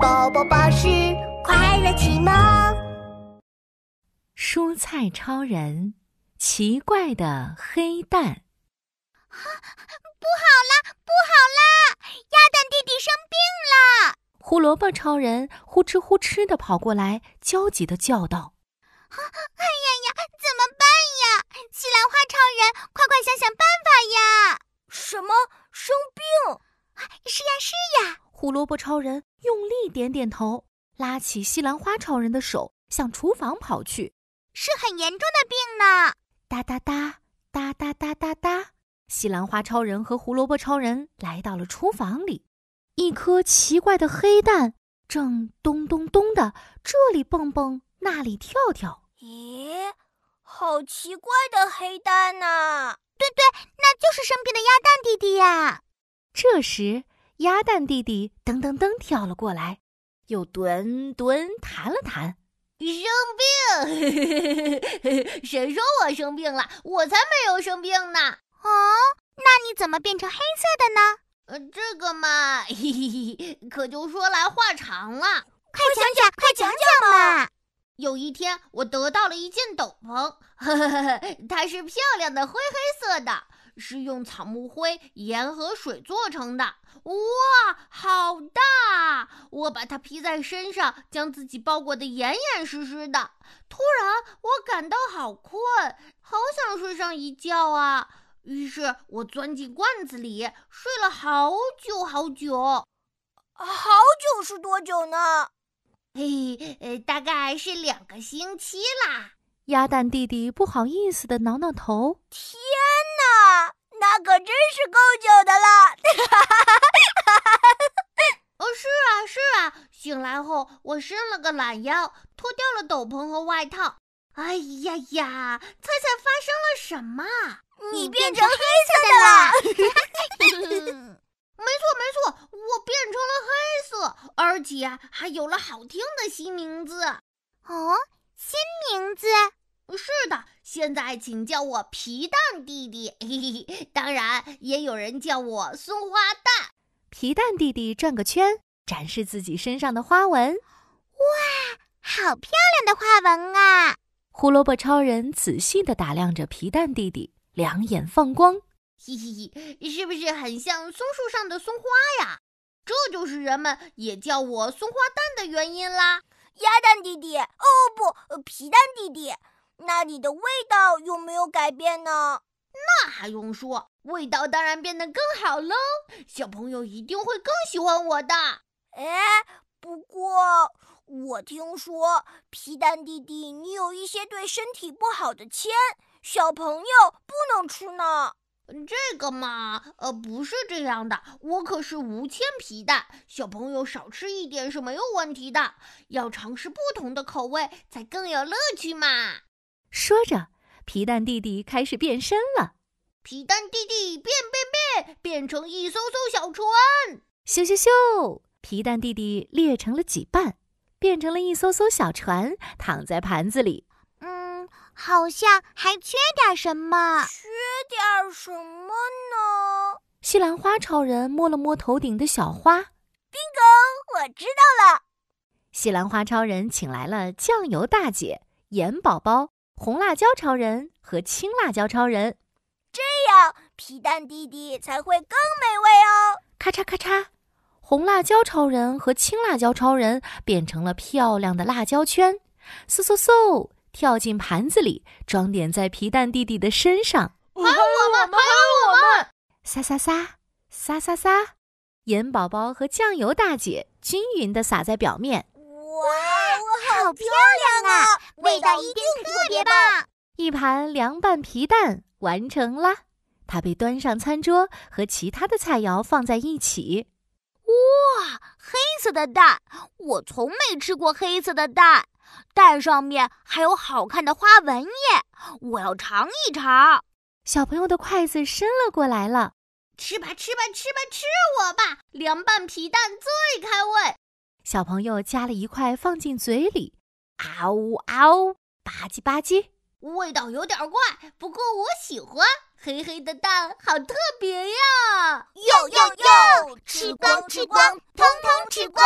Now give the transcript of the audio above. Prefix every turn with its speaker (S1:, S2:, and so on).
S1: 宝宝巴士快乐启蒙，
S2: 蔬菜超人，奇怪的黑蛋。
S3: 不好啦，不好啦！鸭蛋弟弟生病了。
S2: 胡萝卜超人呼哧呼哧的跑过来，焦急的叫道
S3: 哎呀呀，怎么办呀？西兰花超人，快快想想办法呀！
S4: 什么生病？
S3: 是呀，是：“
S2: 胡萝卜超人用力点点头，拉起西兰花超人的手，向厨房跑去。
S3: 是很严重的病呢。
S2: 哒哒哒，哒哒哒哒哒。”西兰花超人和胡萝卜超人来到了厨房里，一颗奇怪的黑蛋正咚咚咚的这里蹦蹦，那里跳跳。
S4: 咦，好奇怪的黑蛋呐、
S3: 那就是生病的鸭蛋弟弟呀。
S2: 这时，鸭蛋弟弟噔噔噔跳了过来，又墩墩弹了弹。
S5: 生病？ 谁说我生病了？我才没有生病呢。
S3: 哦，那你怎么变成黑色的呢？
S5: 呃，这个嘛， 嘿嘿嘿，可就说来话长了。
S3: 快讲讲，快讲讲嘛！
S5: 有一天，我得到了一件斗篷， 呵呵呵，它是漂亮的灰黑色的，是用草木灰、盐和水做成的。哇，好大啊！我把它披在身上，将自己包裹得严严实实的。突然，我感到好困，好想睡上一觉啊！于是我钻进罐子里，睡了好久好久。
S4: 啊好久是多久呢？
S5: 嘿，呃，大概是两个星期啦。
S2: 鸭蛋弟弟不好意思的挠挠头，
S4: 那那可真是够久的了。
S5: 哦，是啊，是啊。醒来后，我伸了个懒腰，脱掉了斗篷和外套。哎呀呀！猜猜发生了什么？
S4: 你变成黑色的啦！
S5: 没错，没错，我变成了黑色，而且还有了好听的新名字。
S3: 哦，新名字。
S5: 是的，现在请叫我皮蛋弟弟， 嘿嘿嘿。当然，也有人叫我松花蛋。
S2: 皮蛋弟弟转个圈，展示自己身上的花纹。
S3: 好漂亮的花纹啊！
S2: 胡萝卜超人仔细的打量着皮蛋弟弟，两眼放光。
S5: 嘿嘿嘿，是不是很像松树上的松花呀？这就是人们也叫我松花蛋的原因啦。
S4: 鸭蛋弟弟，哦不，皮蛋弟弟，那你的味道有没有改变呢？
S5: 那还用说，味道当然变得更好喽。小朋友一定会更喜欢我的。
S4: 哎，不过我听说皮蛋弟弟，你有一些对身体不好的铅，小朋友不能吃呢。
S5: 这个嘛，呃，不是这样的，我可是无铅皮蛋，小朋友少吃一点是没有问题的。要尝试不同的口味，才更有乐趣嘛。
S2: 说着，皮蛋弟弟开始变身了。
S5: 皮蛋弟弟变变变，变成一艘艘小船。
S2: 咻咻咻！皮蛋弟弟裂成了几瓣，变成了一艘艘小船，躺在盘子里。
S3: 嗯，好像还缺点什么。
S4: 缺点儿什么呢？
S2: 西兰花超人摸了摸头顶的小花。
S4: 我知道了，
S2: 西兰花超人请来了酱油大姐、盐宝宝、红辣椒超人和青辣椒超人。
S4: 这样皮蛋弟弟才会更美味哦。
S2: 咔嚓咔嚓，红辣椒超人和青辣椒超人变成了漂亮的辣椒圈，嗖嗖嗖跳进盘子里，装点在皮蛋弟弟的身上。
S5: 我们
S2: 撒撒撒，撒撒撒，盐宝宝和酱油大姐均匀的撒在表面。
S4: 哇，
S3: 好漂
S4: 亮啊！
S3: 味道一定特别棒。
S2: 一盘凉拌皮蛋完成啦，它被端上餐桌，和其他的菜肴放在一起。
S3: 黑色的蛋，我从没吃过黑色的蛋，蛋上面还有好看的花纹耶，我要尝一尝。
S2: 小朋友的筷子伸了过来了，
S5: 吃吧吃吧吃吧吃我吧！凉拌皮蛋最开胃。
S2: 小朋友夹了一块放进嘴里，啊呜啊呜，吧唧吧唧。
S5: 味道有点怪，不过我喜欢。黑黑的蛋好特别呀！
S4: 哟哟哟，吃光吃光，通通吃光。